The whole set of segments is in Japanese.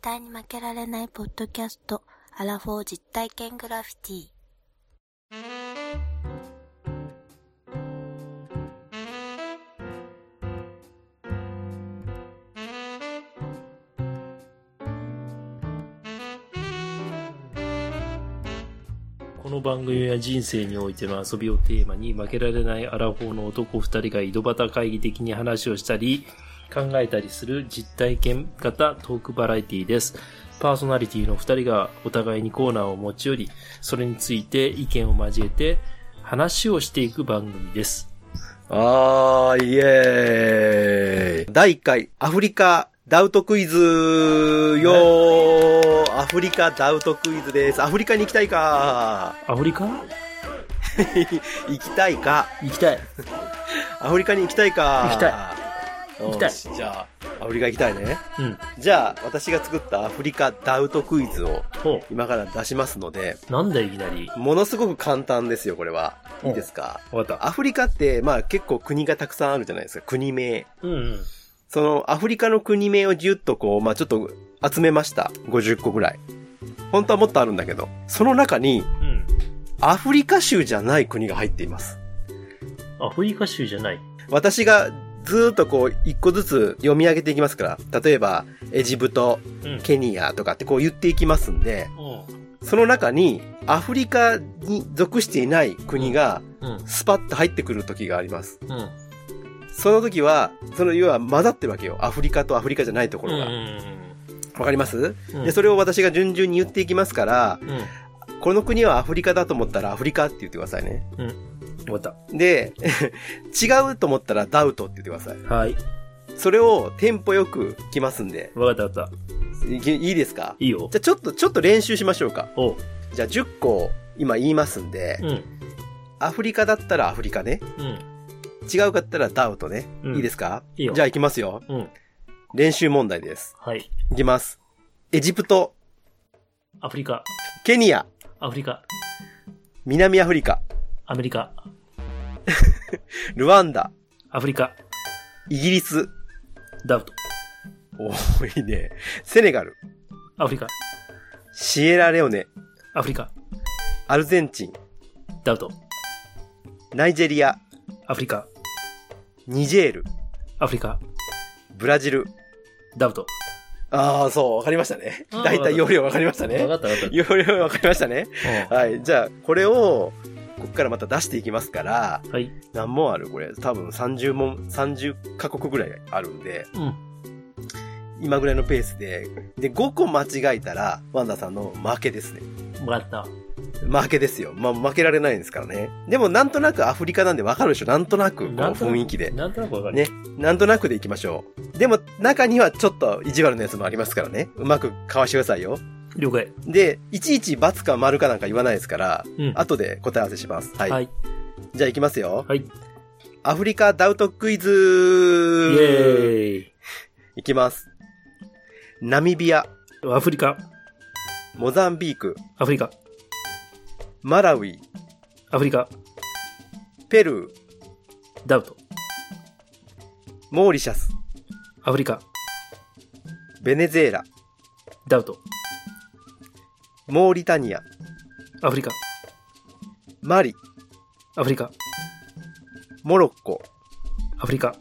対に負けられないポッドキャスト、アラフォー実体験グラフィティ。この番組は人生においての遊びをテーマに負けられないアラフォーの男二人が井戸端会議的に話をしたり考えたりする実体験型トークバラエティです。パーソナリティの二人がお互いにコーナーを持ち寄り、それについて意見を交えて話をしていく番組です。あー、イエーイ。第1回、アフリカダウトクイズよー。アフリカダウトクイズです。アフリカに行きたいかアフリカ行きたいか行きたい。アフリカに行きたいか行きたいよ行きたいしじゃあ、アフリカ行きたいね。うん。じゃあ、私が作ったアフリカダウトクイズをほ今から出しますので、う。なんだよいきなり。ものすごく簡単ですよ、これは。いいですかわかった。アフリカって、まあ結構国がたくさんあるじゃないですか。国名。うんうん。そのアフリカの国名をぎゅっとこう、まあちょっと集めました。50個ぐらい。本当はもっとあるんだけど、その中にうん。アフリカ州じゃない国が入っています。アフリカ州じゃない。私がずーっとこう、一個ずつ読み上げていきますから、例えば、エジプト、うん。ケニアとかってこう言っていきますんで、うん。その中にアフリカに属していない国がうん。スパッと入ってくる時があります。うん。その時は、その要は混ざってるわけよ。アフリカとアフリカじゃないとこうんろが。わ、かりますうん。で、それを私が順々に言っていきますから、うん。うん。この国はアフリカだと思ったらアフリカって言ってくださいね。わかっで、 違うと思ったらダウトって言ってください。た。はい。それをテンポよく来ますんで。わかったわかった。いきいいですかいいよじ。ゃあちょっと、ちょっと練習しましょうか。おう。じゃあ10個今言いますんで、うん。アフリカだったらアフリカね。うん。違うかったらダウトね。うんいいですかいいよじゃあ行きますよ。うん。練習問題です。はい。行きます。エジプト、アフリカ、ケニア、アフリカ、南アフリカ、アメリカ、ルワンダ、アフリカ、イギリス、ダウト、おーいいね。セネガル、アフリカ、シエラレオネ、アフリカ、アルゼンチン、ダウト、ナイジェリア、アフリカ、ニジェール、アフリカ、ブラジル。ダウト。ああ、そう、わかりましたね。あーだいたい要領わかりましたね。ったわかっ要領わかりましたね。た。はい。じゃあ、これを、こっからまた出していきますから、うんはい。何問あるこれ、多分30問、30カ国ぐらいあるんで、うん。今ぐらいのペースで、で、5個間違えたら、ワンダさんの負けですね。もらった。負けですよ。まあ、負けられないんですからね。でも、なんとなくアフリカなんでわかるでしょなんとなく、こう、なんとなく雰囲気で。なんとなくわかる。ね。なんとなくでいきましょう。でも、中にはちょっと意地悪なやつもありますからね。うまくかわしてくださいよ。了解。で、いちいち×か丸かなんか言わないですから、うん。後で答え合わせします。はい。はい。じゃあ行きますよ。はい。イアフリカダウトクイズェーーいきます。ナミビア、イ。アフリカ、モザンビーク、アフリカ、マラウイ、アフリカ、ペルー、ダウト、モーリシャス、アフリカ、ベネズエラ、ダウト、モーリタニア、アフリカ、マリ、アフリカ、モロッコ、アフリカ、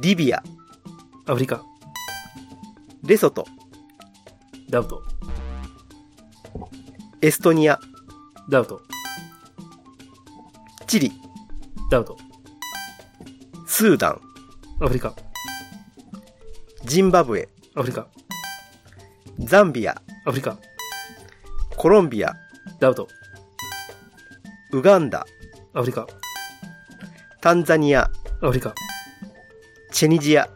リビア、アフリカ、レソト、ダウト、エストニア、ダウト、チリ、ダウト、スーダン、アフリカ、ジンバブエ、アフリカ、ザンビア、アフリカ、コロンビア、ダウト、ウガンダ、アフリカ、タンザニア、アフリカ、チェニジア、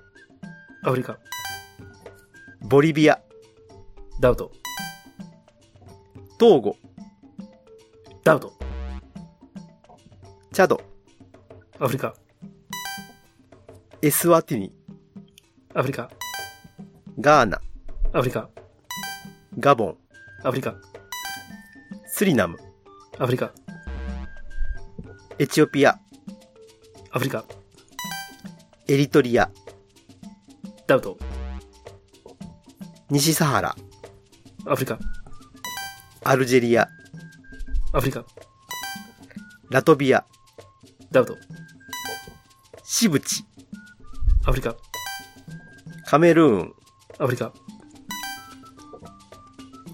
アフリカ、ボリビア、ダウト、トーゴ、ダウト、チャド、アフリカ、エスワティニ、アフリカ、ガーナ、アフリカ、ガボン、アフリカ、スリナム、アフリカ、エチオピア、アフリカ、エリトリア、ダウト、西サハラ、アフリカ、アルジェリア、アフリカ、ラトビア、ダウト、シブチ、アフリカ、カメルーン、アフリカ、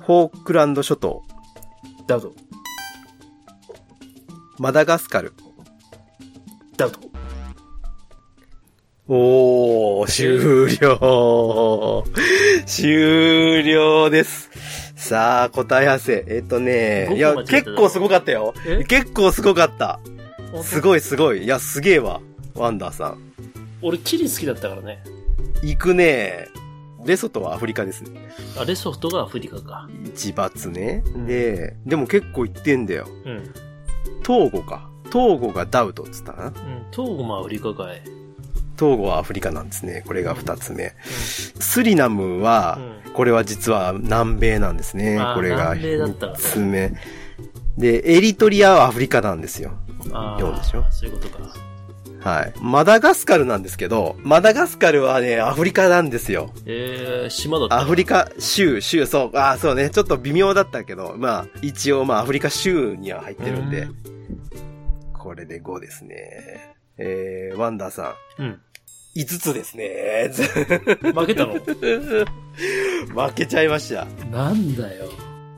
フォークランド諸島、ダウト、マダガスカル。ダウト。おー、終了。終了です。さあ、答え合わせ。えっとね、いや僕も、間違ってた結構すごかったよえ。結構すごかった。すい。ごいすごい。いや、すげえわ。ワンダーさん。俺、チリ好きだったからね。行くねレソトはアフリカですね。あれ、ソフトがアフリカか。一抜ねう。んで、でも結構行ってんだよ。うん。うん。トーゴか。トーゴがダウトっつったかな。トーゴもアフリカかい。うんトーゴはアフリカなんですね。これが二つ目。スリナムは、うんこれは実は南米なんですねあー。これが南米だったら3つ目。で、エリトリアはアフリカなんですよ。あどうでしょあ、うそういうことか。はい。マダガスカルなんですけど、マダガスカルはね、アフリカなんですよ。えー、島だった。アフリカ州、州、そう、ああ、そうね。ちょっと微妙だったけど、まあ、一応まあ、アフリカ州には入ってるんで、これで5ですね。えー、ワンダーさうん。ん、5つですね。 負けたの負けちゃいました。 なんだよ。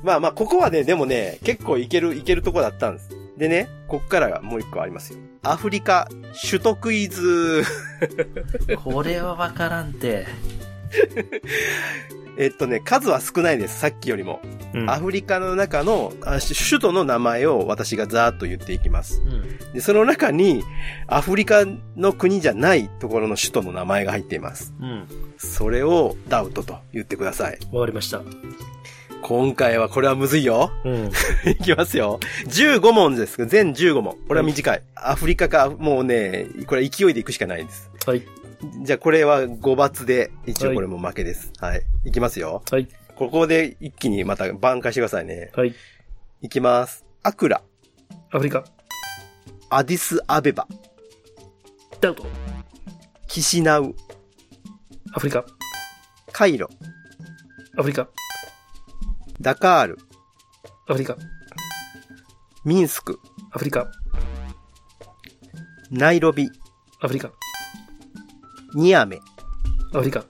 まあまあ、ここはね、でもね、結構いける、いけるとこだったんです。でね、こっからがもう一個ありますよ。アフリカ、首都クイズ。 これはわからんて。えっとね、数は少ないです、さっきよりも。うんアフリカの中の、あし首都の名前を私がざーっと言っていきます。うん。で、その中に、アフリカの国じゃないところの首都の名前が入っています。うん。それをダウトと言ってください。わかりました。今回はこれはむずいよ。うん。いきますよ。15問です。全15問。これは短い。アフリカか、もうね、これ勢いでいくしかないです。はい。じゃあこれは5抜で、一は応いこれも負けです。はい。いきますよ。はい。ここで一気にまた挽回してくださいね。はい。いきます。アクラ、アフリカ、アディスアベバ、ダウト。キシナウ、アフリカ、カイロ、アフリカ、ダカール、アフリカ、ミンスク、アフリカ、ナイロビ、アフリカ、ニアメ、アフリカ、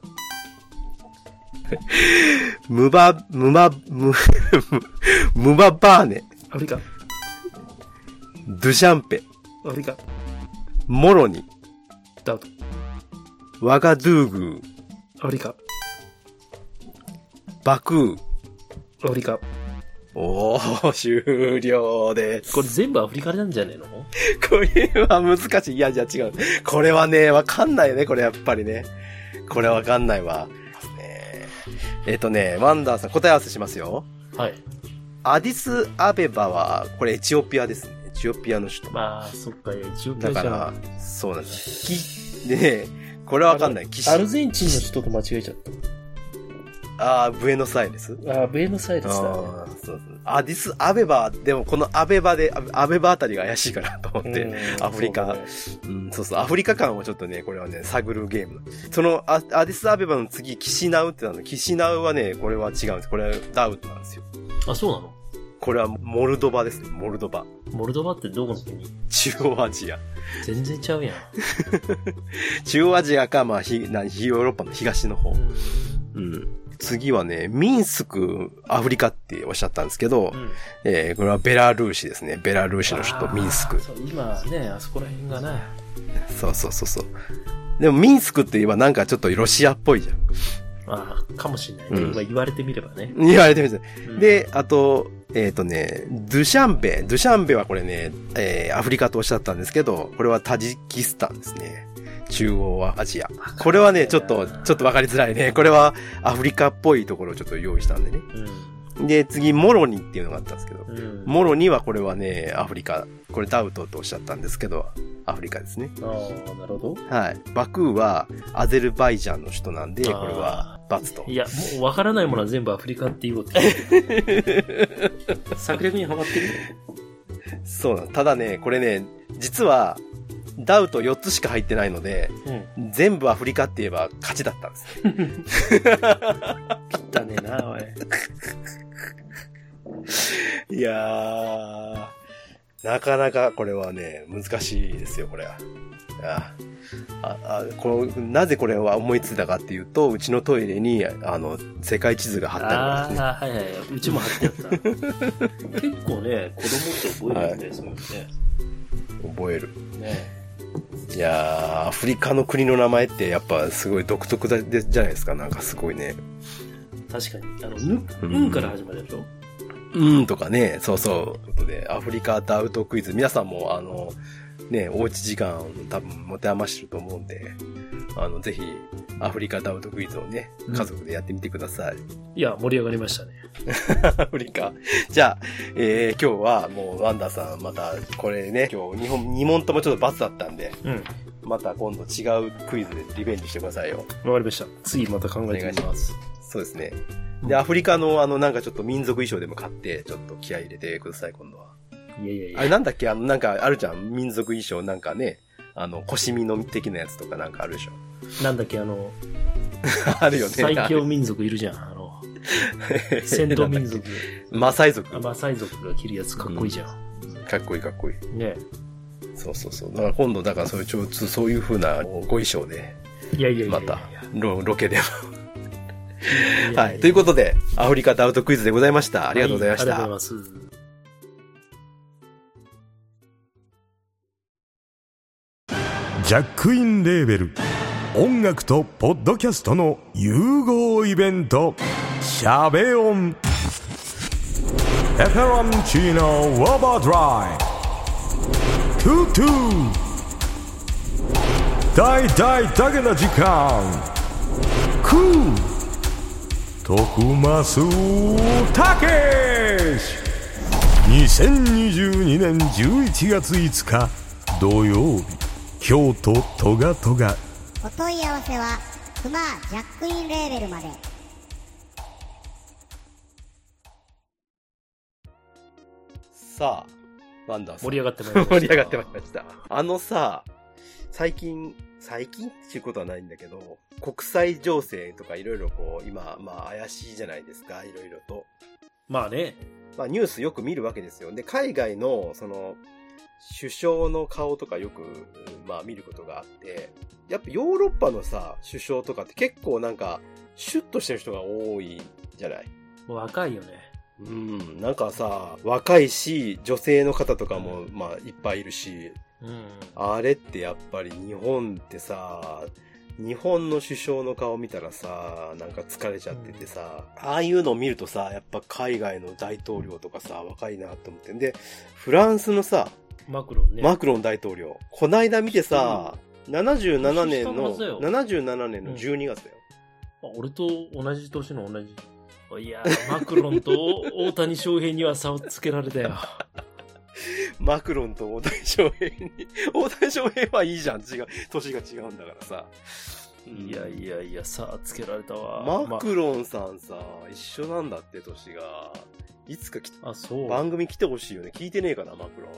ムバ、ムバ、ム、ムババーネ、アフリカ、ドゥシャンペ、アフリカ、モロニ、ダウト。ワガドゥーグー、アフリカ、バクー、アフリカ。おー、終了です。これ全部アフリカなんじゃねえのこれは難しい。いや、じゃあ違う。これはね、わかんないね、これやっぱりね。これわかんないわ。ねえっ、とね、ワンダーさん、答え合わせしますよ。はい。アディス・アベバは、これエチオピアですね。エチオピアの首都。まあ、そっか、ジオピだアじかゃん。ら、そうなんです。き、でね、これはわかんない。岸アルゼンチンの人と間違えちゃっあー、ブエノスアイレス。た。あー、ベームサイレスだね。あーそうそうアディス・アベバ、でもこのアベバで、アアベバあたりが怪しいかなと思って。うんアフリカそううん、そうそう、アフリカ感をちょっとね、これはね、探るゲーム。その、アアディスアベバの次、キシナウってなの。キシナウはね、これは違うんです。これはダウトなんですよ。だねあ、そうなのこれはモルドバですね、モルドバ。モルドバってどこの国中央アジア。全然ちゃうやん。中央アジアか、まあ、ひ、な、ひヨーロッパの東の方う。んうん。次はね、ミンスク、アフリカっておっしゃったんですけど、えー、これはベラルーシですね。ベラルーシの首都、ミンスあクー。そう今ね、あそこら辺がね。そうそうそうそう。でも、ミンスクって言えばなんかちょっとロシアっぽいじゃん。ああ、かもしれないね。うん今言われてみればね。言われてみて。うん、で、あと、えっ、とね、ドゥシャンベ。ドゥシャンベはこれね、えーアフリカとおっしゃったんですけど、これはタジキスタンですね。中央アジア。これはね、ちょっと、ちょっとわかりづらいね。これはアフリカっぽいところをちょっと用意したんでね。うん。で、次、モロニっていうのがあったんですけど、うん。モロニはこれはね、アフリカ。これダウトとおっしゃったんですけど、アフリカですね。ああ、なるほはい。バクーはアゼルバイジャンの首都なんで、これは×とど。。いや、もうわからないものは全部アフリカって言おうって。 策略にはまってるそうなの。ただね、これね、実は、ダウト4つしか入ってないので、うん。全部アフリカって言えば勝ちだったんです。だねえな、おい。いやー、なかなかこれはね、難しいですよ、これは。あああこのなぜこれは思いついたかっていうと、うちのトイレに、あの、世界地図が貼ってあるあんですね。あ、はいはい。うちも貼 ってあった。結構ね、子供って覚えるみたいですもんね。覚える。ねいやー、アフリカの国の名前ってやっぱすごい独特だでじゃないですか、なんかすごいね。確かに。あの、ぬ、うんうんから始まるでしょうんとかね、そうそう。ということで、アフリカダウトクイズ、皆さんも、あの、ね、おうち時間多分持て余してると思うんで、あの、ぜひ、アフリカダウトクイズをね、家族でやってみてください。いや、盛り上がりましたね。 アフリカ。じゃあ、えー、今日はもう、ワンダさん、また、これね、今日2本、2問ともちょっと罰だったんで、うん。また今度違うクイズでリベンジしてくださいよ。わかりました。次また考えてみます。そうですね。で、アフリカの、あの、なんかちょっと民族衣装でも買って、ちょっと気合い入れてください、今度は。いやいやいあや。れなんだっけあの、なんかあるじゃん。民族衣装なんかね。あの、腰身の的なやつとかなんかあるでしょ。 なんだっけ、あの、あるよね。最強民族いるじゃん。あ の、戦闘民族、マサイ族。あマサイ族が着るやつかっこいいじゃん。かっこいいかっこいい。ねそうそうそう。だから今度、だからそういう、ちょそういう風なご衣装で、いやいやいやまいやた、ロロケでも。はい。とということで、アフリカダウトクイズでございました。あありがとうございましありがとうた。ございます。ジャックインレーベル音楽とポッドキャストの融合イベント「シャベオン」「エフェロンチーノウォーバードライ」「トゥトゥ」「大大だけの時間」「クー」「徳増たけし」2022年11月5日土曜日京都トガトガお問い合わせはクマジャックインレーベルまでさあ、ワンダーさ盛んり上がってまいりました。盛り上がってまいりました。あのさ、最近、最近っていうことはないんだけど、国際情勢とかいろいろこう、今、まあ怪しいじゃないですか、いろいろと。まあね。まあニュースよく見るわけですよ。で、海外の、その、首相の顔とかよく、まあ見ることがあって、やっぱヨーロッパのさ、首相とかって結構なんか、シュッとしてる人が多いじゃないもう若いよね。うん、なんかさ、若いし、女性の方とかも、まあいっぱいいるし、うん。あれってやっぱり日本ってさ、日本の首相の顔見たらさ、なんか疲れちゃっててさ、ああいうのを見るとさ、やっぱ海外の大統領とかさ、若いなと思って。で、フランスのさ、マクロンね。マクロン大統領、こないだ見てさ、77年年下のはの、ずだよ77年の12月だよ。あ俺と同じ年の同じ。いやー、マクロンと大谷翔平には差をつけられた よ。マクロンと大谷翔平に、大谷翔平はいいじゃん、違う、年が違うんだからさ。いやいやいや、差をつけられたわ。マクロンさんさ、一緒なんだって、年が。いつか来まあ、あそう。番組来てほしいよね。聞いてねえかな、マクロ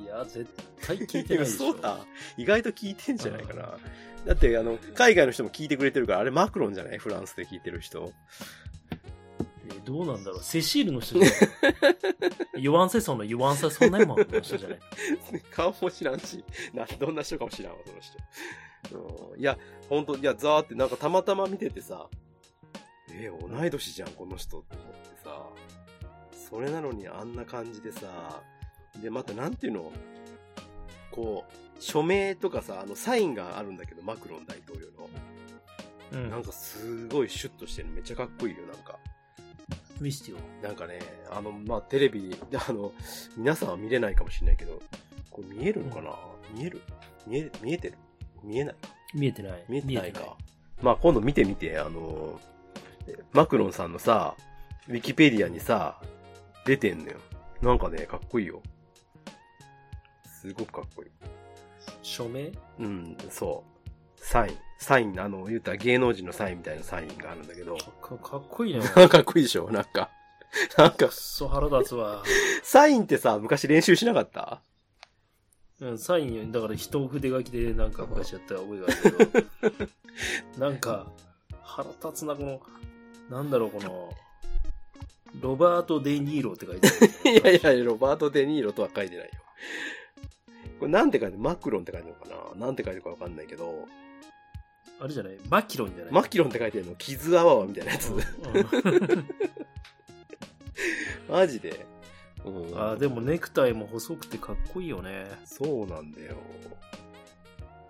ン。いや、絶対聞いてないでしょ。そうだ。意外と聞いてんじゃないかな。だって、あの、海外の人も聞いてくれてるから、あれマクロンじゃないフランスで聞いてる人。えどうなんだろう。セシールの人じゃな い。ユワンセソンのユワンセソンナイマンの人じゃない。顔も知らんし、な、どんな人かも知らんわ、その人。うんいや、ほんと、いや、ザーって、なんかたまたま見ててさ、えー同い年じゃん、この人って思ってさ、それなのにあんな感じでさ、で、また、なんていうのこう、署名とかさ、あの、サインがあるんだけど、マクロン大統領の。うなんん。かすごいシュッとしてる。めっちゃかっこいいよ、なんか。見せてよ。なんかね、あの、まあ、テレビ、 あの、皆さんは見れないかもしれないけど、これ見えるのかな見える見え、見えてる見えない見えてない。見えてないか。まあ、今度見てみて、あの、マクロンさんのさ、ウィキペディアにさ、出てんのよ。なんかね、かっこいいよ。すごくかっこいい。署名うん、そう。サイン。サイン、あの、言ったら芸能人のサインみたいなサインがあるんだけど、かかっこ いいね。なん かかっこいいでしょなんか。なんかくっ、そ腹立つわ。サインってさ、昔練習しなかったうん、サイン、だから一筆書きでなんか書いちゃった覚えがあるけ ど、なんか、腹立つな、この、なんだろう、この、ロバート・デ・ニーロって書いてある。いやいや、ロバート・デ・ニーロとは書いてないよ。これなんて書いてマクロンって書いてるのかななんて書いてるかわかんないけど、あれじゃないマキロンじゃないマキロンって書いてるの傷あわわみたいなやつ。うんうんマジで。うんあーでもネクタイも細くてかっこいいよね。そうなんだよ。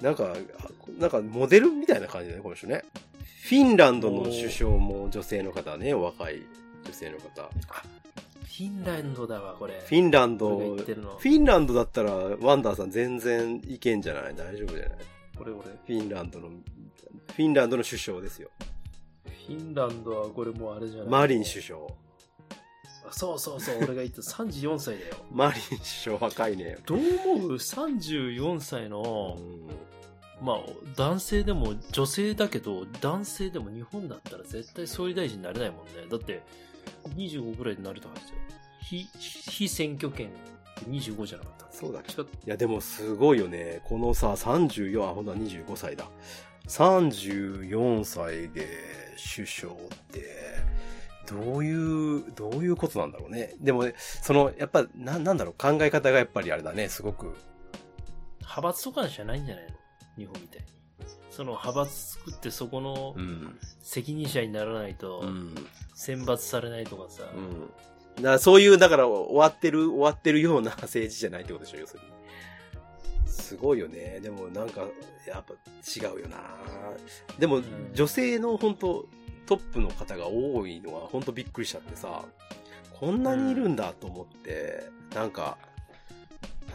なんか、あなんかモデルみたいな感じだね、この人ね。フィンランドの首相も女性の方ね、若い女性の方。フィンランドだわ、これ。フィンランド、俺が言フってるの。ィンランドだったらワンダーさん全然いけんじゃない大丈夫じゃないこれ俺。フィンランドの、フィンランドの首相ですよ。フィンランドはこれもうあれじゃないマリン首相。あそうそうそう、俺が 言った34歳だよ。マリン首相若いね。どう思う ?34 歳うの、んまあ、男性でも、女性だけど、男性でも日本だったら絶対総理大臣になれないもんね。だって、25ぐらいでなれたはずだよ。非、非選挙権って25じゃなかった。そうだっけ違っいや、でもすごいよね。このさ、34、あ、ほんなら25歳だ。34歳で首相って、どういう、どういうことなんだろうね。でも、その、やっぱ、な、なんだろう、考え方がやっぱりあれだね、すごく。派閥とかじゃないんじゃないの日本みたいに。その派閥作ってそこのん。責任者にならないとうん。選抜されないとかさ、うん。だからそういう、だから、終わってる、終わってるような 政治じゃないってことでしょ、要するに。すごいよね。でも、なんか、やっぱ違うよな。でも、ん女性の本当トップの方が多いのは、本当びっくりしちゃってさ、こんなにいるんだと思って、なんか、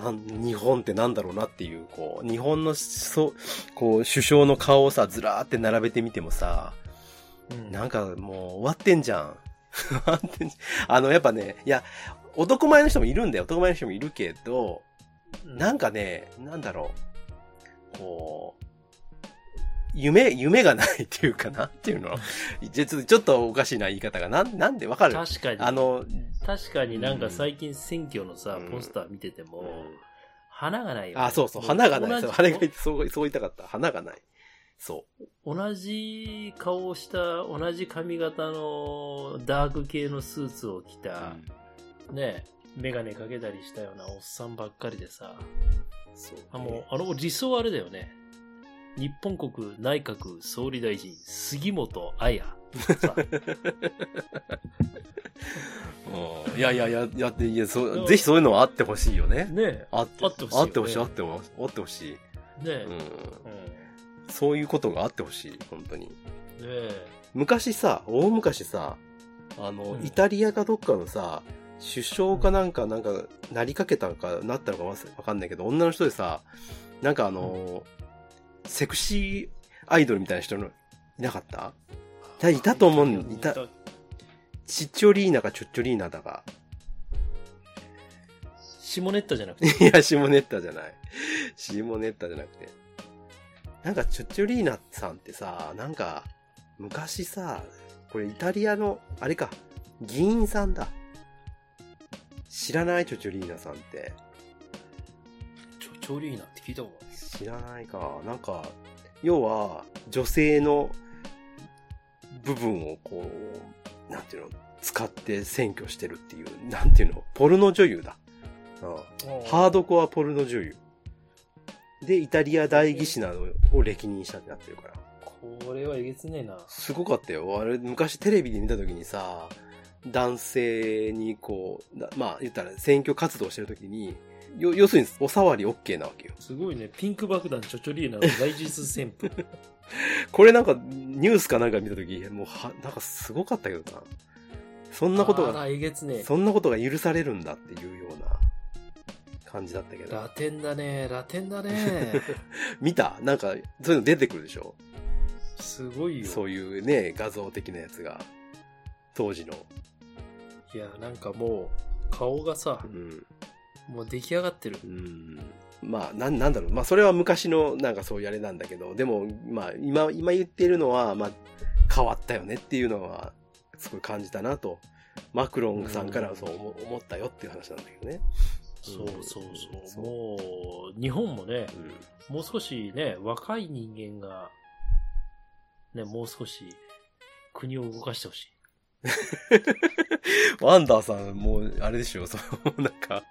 なん日本ってなんだろうなっていう、こう、日本の、そう、こう、首相の顔をさ、ずらーって並べてみてもさ、うんなんかもう終わってんじゃん。 終わってんじゃん。あの、やっぱね、いや、男前の人もいるんだよ。男前の人もいるけど、なんかね、なんだろう。こう、夢、夢がないっていうかなっ ていうのちょっとちょっとおかしいな言い方が。なん、なんでわかる確かにあの、確かになんか最近選挙のさ、うんポスター見てても、花がないよね、あ、そうそう、も花がな同い。そうじあれが言って、そう、そう言いたかった。花がない。そ同じ顔をした、同じ髪型のダーク系のスーツを着う。た、ね、メガネかけたりしたようなおっさんばっかりでさ、そうあもうあの理想はあれだよね。日本国内閣総理大臣、杉本彩。さうんいやいやいや、やって、いや、そう、うぜひそういうのはあってほしいよね。ねえ。あってあってほしいよねあってほしい、あってほしい、あってほしい。ねえ。うん。うんそういうことがあってほしい、本当に。ねえ。昔さ、大昔さ、あの、うんイタリアかどっかのさ、首相かなんか、なんか、なりかけたのか、なったのかわかんないけど、女の人でさ、なんかあの、セクシーアイドルみたいな人の、いなかったいたいたと思うんいたチッチョリーナかチョッチョリーナだか。下ネッタじゃなく て。いや、シモネッタじゃない。シモネッタじゃなくて。なんか、チョッチョリーナさんってさ、なんか、昔さ、これイタリアの、あれか、議員さんだ。知らないチョッチョリーナさんって。ちょ、ちょりいなって聞いたことない。知らないか。なんか、要は、女性の部分をこう、なんていうの、使って選挙してるっていう、なんていうの、ポルノ女優だ。うん。ハードコアポルノ女優。で、イタリア代議士などを歴任したってなってるから。これはえげつねえな。すごかったよ。あれ、昔テレビで見た時にさ、男性にこう、なまあ言ったら選挙活動してる時に、よ要するにお触り OK なわけよ。すごいね。ピンク爆弾ちょちょりーなの来日旋風。これなんかニュースかなんか見た時、もうは、なんかすごかったけどな。そんなことあら、が、えげつねえ。そんなことが許されるんだっていうような感じだったけどラ。テンだね。ラテンだね。見たなんか、そういうの出てくるでしょすごいよ。そういうね、画像的なやつが、当時の。いや、なんかもう、顔がさう、ん。もう出来上がってるう。ん。まあ、なん、なんだろう。まあ、それは昔の、なんかそういうあれなんだけど、でも、まあ、今、今言っているのは、まあ、変わったよねっていうのは、すごい感じたなと。マクロンさんからはそう思思ったよっていう話なんだけどね。そうそううんそ。そううもう、日本もね、うんもう少しね、若い人間が、ね、もう少し、国を動かしてほしい。ワンダーさん、もう、あれでしょ、その、なんか、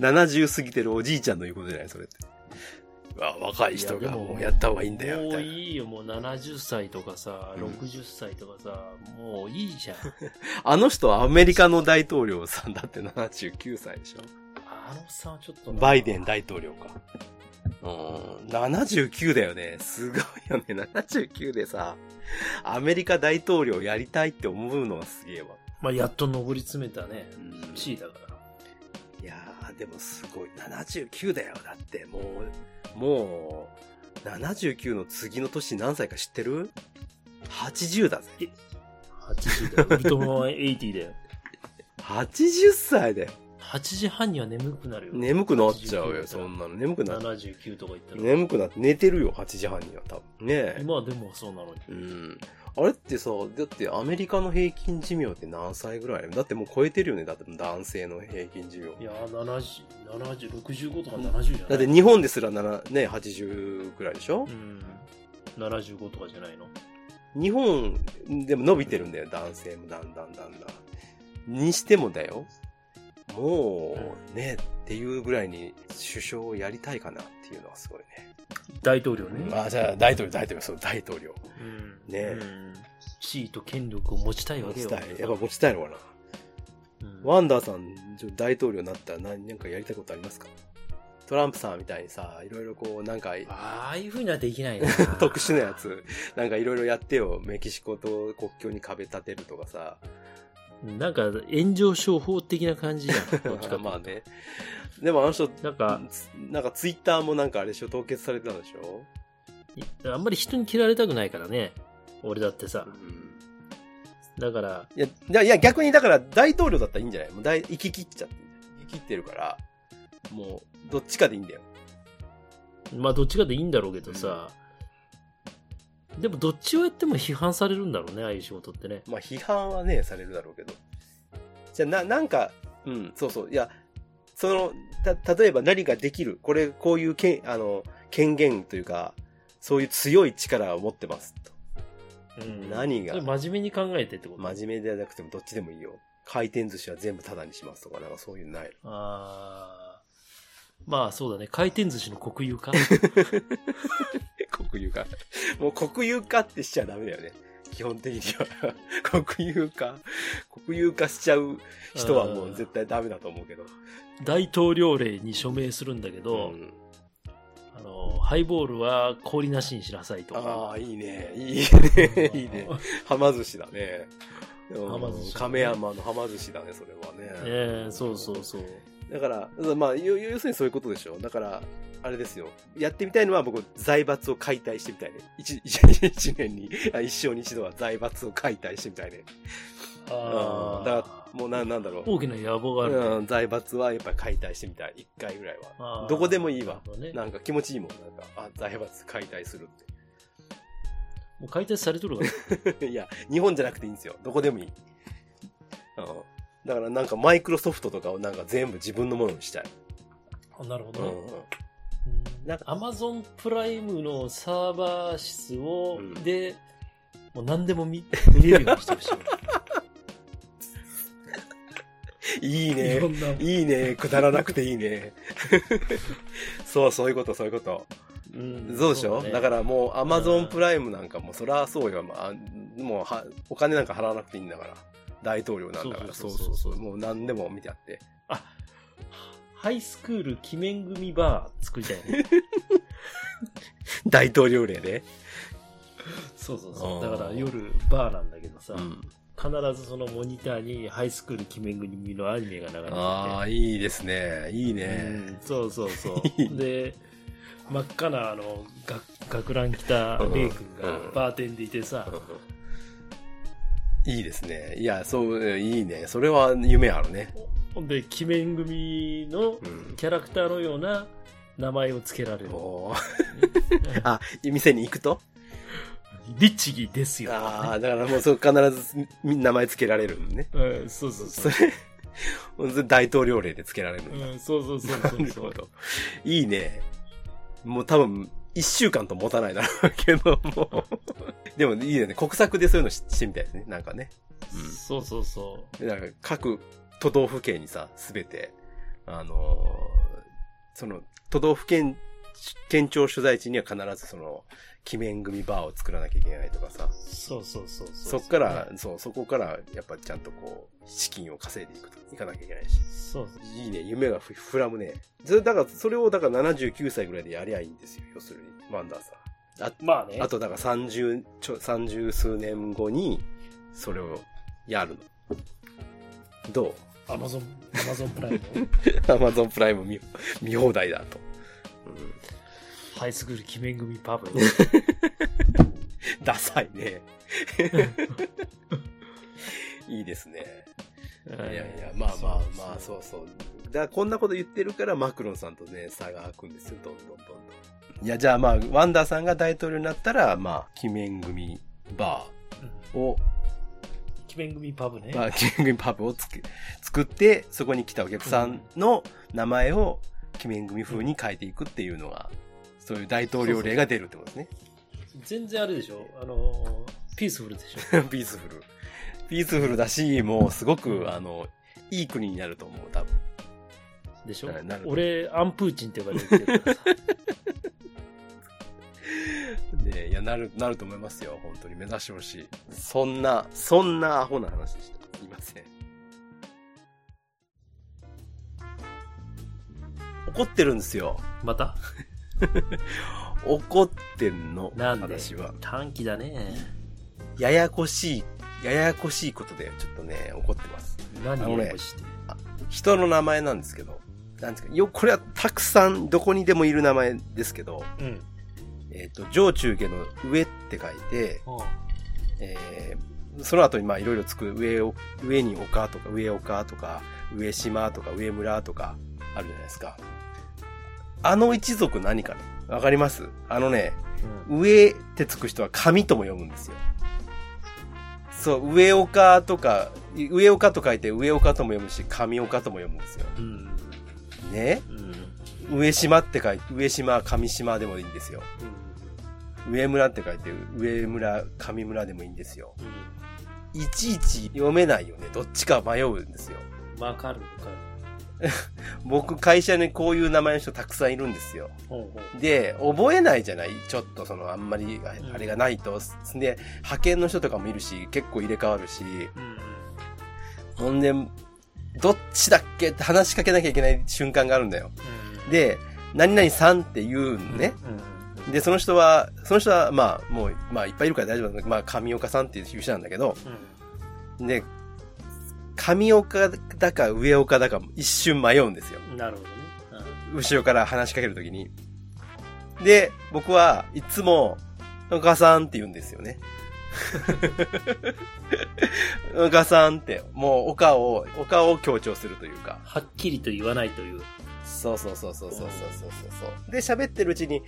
70過ぎてるおじいちゃんの言うことじゃない、それって。うわ若い人いやがでももうやった方がいいんだよ、みもたういないいよ、もう70歳とかさ、うん60歳とかさ、もういいじゃん。あの人はアメリカの大統領さんだって79歳でしょあのおっさんはちょっとなバイデン大統領か。うん、79だよね。すごいよね。79でさ、アメリカ大統領やりたいって思うのはすげえわ。まあ、やっと上り詰めたね、うん地位だから。いやー、でもすごい。79だよ。だってもう、もう、79の次の年何歳か知ってる ?80 だぜ。 80だよ。ウルトラマン80だよ。 80歳だよ。 8時半には眠くなるよ。眠くなっちゃうよ、 89そんなの。眠くなっちゃう。 79とか言ったら。眠くなって、寝てるよ、8時半には多分。ねえ。今はでもそうなのに。うん。あれってさ、だってアメリカの平均寿命って何歳ぐらいだってもう超えてるよね。だって男性の平均寿い命。やー、70、70、65とか70じゃないだって日本ですら7、ね、80ぐらいでしょうん。75とかじゃないの日本でも伸びてるんだよ、男性もだんだんだんだん。にしてもだよ、もうね、っていうぐらいに首相をやりたいかなっていうのはすごいね。大統領ね。あ、じゃあ大統領、大統領、そう、大統領。うん。ねえうん地位と権力を持ちたいわ持けちよ。たい。やっぱ持ちたいのかな。うんワンダーさん、ちょ大統領になったら何、なんかやりたいことありますかトランプさんみたいにさ、いろいろこう、なんか、。ああいう風にはできないな 特殊なや。つ、なんかいろいろやってよ。メキシコと国境に壁立てるとかさ。なんか、炎上商法的な感じじゃん。 どっちかまあ。ね。でもあの人、なんか、つなんかツイッターもなんかあれでしょ凍結されてたんでしょ、いあんまり人に嫌われたくないからね。俺だってさ。だから、いやいや、いや、逆にだから大統領だったらいいんじゃないもう大、生き切っちゃって。生き切ってるから、もう、どっちかでいいんだよ。まあどっちかでいいんだろうけどさ。でもどっちをやっても批判されるんだろうね、ああいう仕事ってね。まあ、批判はね、されるだろうけど。じゃあ、な、なんか、うん、そうそう。いや、その、た、例えば何かできる。これ、こういうけん、あの、権限というか、そういう強い力を持ってます。とうん何がそれ真面目に考えてってこと真面目でなくてもどっちでもいいよ。回転寿司は全部タダにしますとか、なんかそういうのない。ああ。まあそうだね。回転寿司の国有 化 国有化。もう国有化ってしちゃダメだよね。基本的には。 国有化。国有化しちゃう人はもう絶対ダメだと思うけど。大統領令に署名するんだけど、んあの、ハイボールは氷なしにしなさいとあか。あ、いいね。いいね。 いいね。はま寿司だね。ははまま寿寿司。司亀山のはま寿司だね、それはね。 ええそうそうそう。だから、まあ、要要するにそういうことでしょ。だから、あれですよ。やってみたいのは僕、財閥を解体してみたいね。一 一一年に、あ一生に一度は財閥を解体してみたいね。あうんあ。だから、もうな、なんだろう。大きな野望があるね、うん、財閥はやっぱり解体してみたい。一回ぐらいあは。ーどこでもいいわなるほど。ねなんか気持ちいいもん。なんか、あ、財閥解体するっもう解体されと るわ。て。いや、日本じゃなくていいんですよ。どこでもいい。うん。だからなんかマイクロソフトとかをなんか全部自分のものにしたい。あなるほうど、んね。なんか、アマゾンプライムのサーバー室を、うんで、もう何でも見 見れるようにしてほしい。 いいいねろ。んな。いいね。くだらなくていいね。 そう、そういうこと、そういうこと。うんそうでしょだ,、ねからもうアマゾンプライムなんかもそらそうよ。まあ、もうはお金なんか払わなくていいんだから。大統領なんだから。そそううそうそうそそううそうもう何でも見てやって。あ、ハイスクール記念組バー作りたい ね。大統領令で。そうそうあそう。ーだから夜バーなんだけどさ、うん必ずそのモニターにハイスクール記念組のアニメが流れてて。ああ、いいですね。いいね。うんそうそう そう。で、真っ赤なあの、が学ラン着たレイ君うんがバーテンでいてさ、いいですね。いや、そう、いいね。それは夢あるね。ほんで、鬼面組のうんキャラクターのような名前を付けられる。おー あ、店に行くと律儀ですよ。ああ、だからもうそう必ずみ名前つけられるのね。うん、そうそうそ。そうれ、大統領令で付けられるんだ。うん、そうそうそうそう なるほど。いいね。もう多分、一週間と持たないだろうけども。でもいいよね。国策でそういうのししてみたいですね。なんかね。そうそうそなんか各都道府県にさ、すべて、あのーその、都道府県、県庁所在地には必ずその、記念組バーを作らなきゃいけないとかさ。う。そうそうそうう。そっから、そう、そこから、やっぱちゃんとこう、資金を稼いでいくと、いかなきゃいけないし。そうそう。いいね、夢がふ膨らむね。ずだから、それをだから79歳ぐらいでやりゃいいんですよ、要するに。ワンダーさん。まあね。あとだから30ちょ、30数年後に、それをやるの。どうアマゾン、アマゾンプライム。 アマゾンプライム見見放題だと。ハイスクール鬼面組 パブ。ダサいね。いいですね。いいやいや、まあまあまあ、そうそう。だからこんなこと言ってるから、マクロンさんとね、差が開くんですよ、どんどんどんどん。いや、じゃあまあ、ワンダーさんが大統領になったら、まあ、鬼面組バーを、鬼面組パブね。まあ、鬼面組パブをつけ作って、そこに来たお客さんの名前を、鬼面組風に変えていくっていうのが、そういう大統領令が出るってことですね。全然あれでしょあのー、ピースフル でしょピースフル。ピースフルだし、もうすごく、あの、いい国になると思う、多分。でしょなる俺、アンプーチンって呼ばれてるからさ。 ね、いや、なる、なると思いますよ。本当に目指してほしい。そんな、そんなアホな話でした。すいません。怒ってるんですよ。また怒ってんの。なんで私は。短期だね。ややこしい、ややこしいことで、ちょっとね、怒ってます。何あのをね欲して。人の名前なんですけど。なんですか。よ、これはたくさん、どこにでもいる名前ですけど、うん。えっ、と、上中下の上って書いて、えーその後にまあいろいろつく上を、上に丘とか上丘とか上島とか上村とかあるじゃないですか。あの一族何かねわかりますあのね、うん上ってつく人は神とも読むんですよ。そう、上丘とか、上丘と書いて上丘とも読むし、神丘とも読むんですよ。うん。ねうん。うん。上島って書いて、上島、神島でもいいんですよ。上村って書いて、上村、神村でもいいんですよ。ういちいち読めないよね。どっちか迷うんですよ。ん。わかるわかる。僕、会社にこういう名前の人たくさんいるんですよ。ほうほう。で、覚えないじゃないちょっとその、あんまり、あうんあれがないと。で、派遣の人とかもいるし、結構入れ替わるし。うんほんで、どっちだっけって話しかけなきゃいけない瞬間があるんだよ。で、何々さんって言うのね。うん。で、その人は、その人は、まあ、もう、まあ、いっぱいいるから大丈夫なんだけど、まあ、神岡さんっていう人なんだけど、うん。で、上岡だか上岡だか一瞬迷うんですよ。うん。なるほどね。後ろから話しかけるときに。で、僕はいつも、お母さんって言うんですよね。 お母さんって、もう、おかを、おかを強調するというか。はっきりと言わないという。そうそうそうそうそうそうそうそう。で、喋ってるうちに、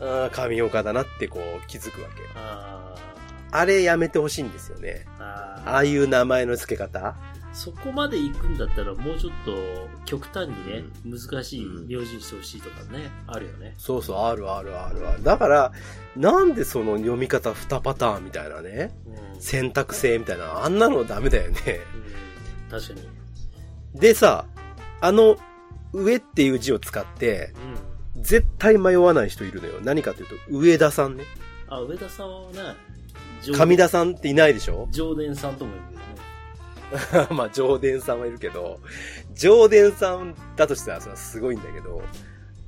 あー上岡だなってこう気づくわけよ。ああれやめてほしいんですよね。ーあーああいう名前の付け方。そこまで行くんだったらもうちょっと極端にね、難しい名字にしてほしいとかね、あるよね。そうそう、あるあるあるある。だから、なんでその読み方2パターンみたいなね、うん。選択性みたいな、あんなのダメだよね。 確かに。でさ、あの、上っていう字を使って、うん。絶対迷わない人いるのよ。何かというと、上田さんね。あ、上田さんはね、上田さんっていないでしょ上田さんとも言うけどね。 まあ、上田さんはいるけど、上田さんだとしたらそれはすごいんだけど、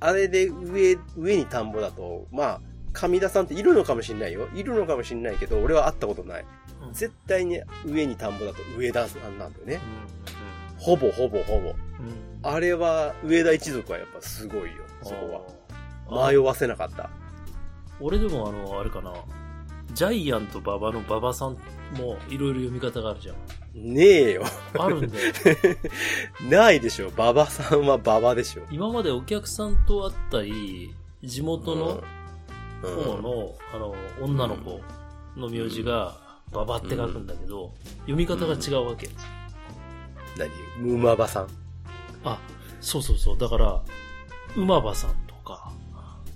あれで上、上に田んぼだと、まあ、上田さんっているのかもしんないよ。いるのかもしんないけど、俺は会ったことない。うん絶対に上に田んぼだと上田さんなんだよねう。ほぼほぼほぼ。んうんあれは、上田一族はやっぱすごいよ、そこは。迷あわせなかった。俺でもあの、あれかな。ジャイアント馬場の馬場さんもいろいろ読み方があるじゃん。ねえよ。あるんだ よ。ないでしょ。馬場さんは馬場でしょ。今までお客さんと会ったり、地元の、うん、方の、あの、女の子の名字が、ババって書くんだけど、読み方が違うわけ。何馬場さん。あ、そうそうそう。だから、馬場さんとか、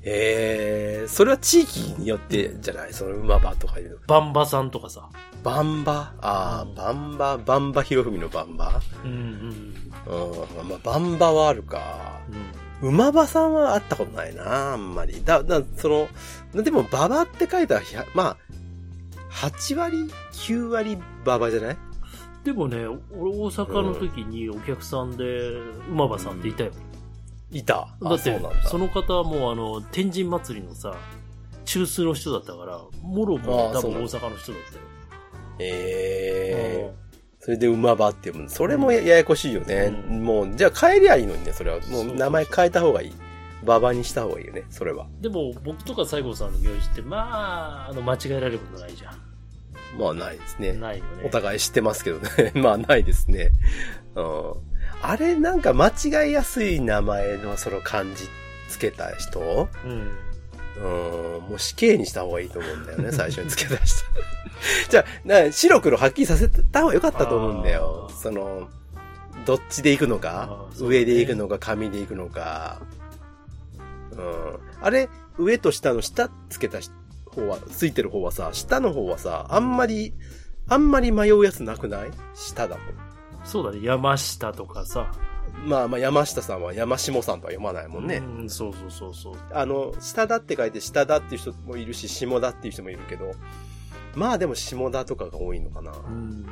えー、それは地域によってじゃないその馬場とかいうの。バンバさんとかさ。バンバあうんー、バンバ、バンバ広文のバンバうんうんうん、まあ、バンバはあるか。うん。うん馬場さんは会ったことないな、あんまり。だ、だ、その、でも、馬場って書いたら、ひゃまあ、8割、9割馬場じゃないでもね、俺大阪の時にお客さんで馬場さんっていたよ。いた。あだってそうなんそだ。の方はもうあの天神祭りのさ中枢の人だったからもろもあー多分そうなん大だ阪の人だったよえー、うそれで馬場って読む。それもやややこしいよね。うんもう、じゃあ変えりゃいいのにね、それは。そうもそうう名前変えた方がいい。馬場にした方がいいよね、それは。んでも僕とか西郷さんの名字ってまああの間違えられることないじゃんまあ、ないですね。ないよねお互い知ってますけどね。 まあ、ないですね。うん。あれ、なんか間違いやすい名前のその漢字つけた人うんうん、もう死刑にした方がいいと思うんだよね、最初につけた 人。じゃあ、な白黒はっきりさせた方が良かったと思うんだよあ。ーその、どっちで行くのかあ、ーそうね上で行くのか、上で行くのか。うん。あれ、上と下の下つけたし方は、ついてる方はさ、下の方はさ、あんまり、あんまり迷うやつなくない下だもん。そうだね山下とかさまあまあ、山下さんは山下さんとは読まないもんね。うんそうそうそうそうあの、下だって書いて下だっていう人もいるし、下だっていう人もいるけど、まあでも下だとかが多いのかな。うんね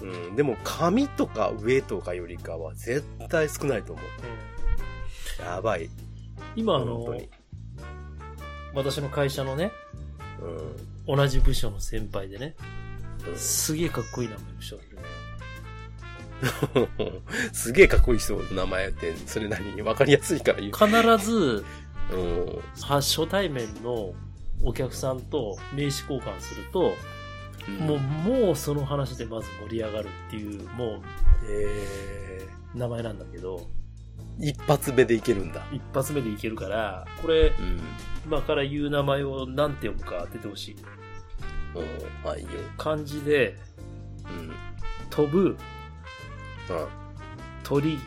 うん。でも、上とか上とかよりかは絶対少ないと思う。やばい。今あ本当のに。私の会社のねうん。 同じ部署の先輩でねうんすげえかっこいい名前の人がいるねすげえかっこいい人の名前って、それ何わかりやすいから言う。必ずうん。初対面のお客さんと名刺交換すると、もう、もうその話でまず盛り上がるっていう、もえう名前なんだけど、ー、一発目でいけるんだ。一発目でいけるから、これ、うん。今から言う名前を何て読むか当ててほしい。うん。まあいいよ。漢字で、うん。飛ぶ、う鳥、ん。